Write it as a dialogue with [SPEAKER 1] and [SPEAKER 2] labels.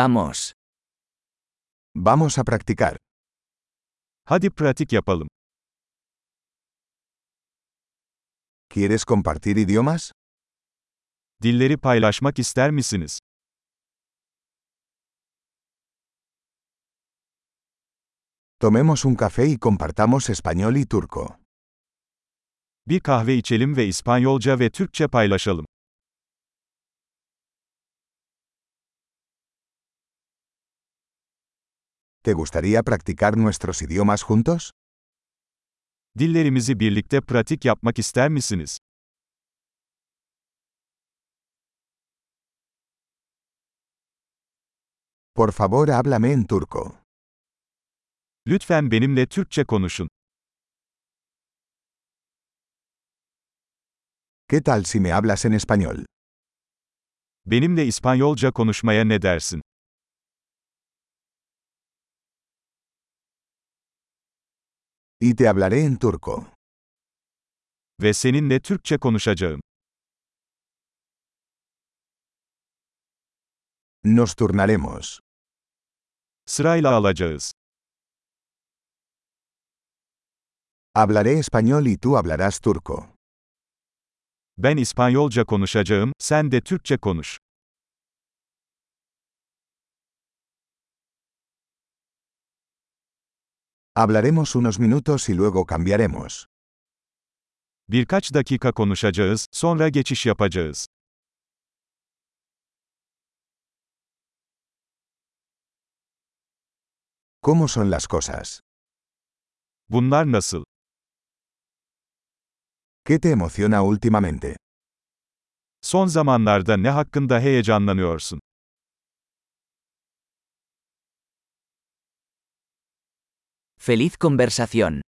[SPEAKER 1] Vamos.
[SPEAKER 2] Vamos a practicar.
[SPEAKER 3] Hadi pratik yapalım.
[SPEAKER 2] ¿Quieres compartir idiomas?
[SPEAKER 3] Dilleri paylaşmak ister misiniz?
[SPEAKER 2] Tomemos un café y compartamos español y turco.
[SPEAKER 3] Bir kahve içelim ve İspanyolca ve Türkçe paylaşalım.
[SPEAKER 2] ¿Te gustaría practicar nuestros idiomas juntos?
[SPEAKER 3] Dillerimizi birlikte pratik yapmak ister misiniz?
[SPEAKER 2] Por favor, háblame en turco.
[SPEAKER 3] Lütfen benimle Türkçe konuşun.
[SPEAKER 2] ¿Qué tal si me hablas en español?
[SPEAKER 3] Benimle İspanyolca konuşmaya ne dersin?
[SPEAKER 2] Y te hablaré en turco.
[SPEAKER 3] Ve seninle Türkçe konuşacağım.
[SPEAKER 2] Nos turnaremos.
[SPEAKER 3] Sırayla alacağız.
[SPEAKER 2] Hablaré español y tú hablarás turco.
[SPEAKER 3] Ben İspanyolca konuşacağım, sen de Türkçe konuş.
[SPEAKER 2] Hablaremos unos minutos y luego cambiaremos.
[SPEAKER 3] Birkaç dakika konuşacağız, sonra geçiş yapacağız.
[SPEAKER 2] ¿Cómo son las cosas?
[SPEAKER 3] Bunlar nasıl?
[SPEAKER 2] ¿Qué te emociona últimamente?
[SPEAKER 3] Son zamanlarda ne hakkında heyecanlanıyorsun?
[SPEAKER 1] Feliz conversación.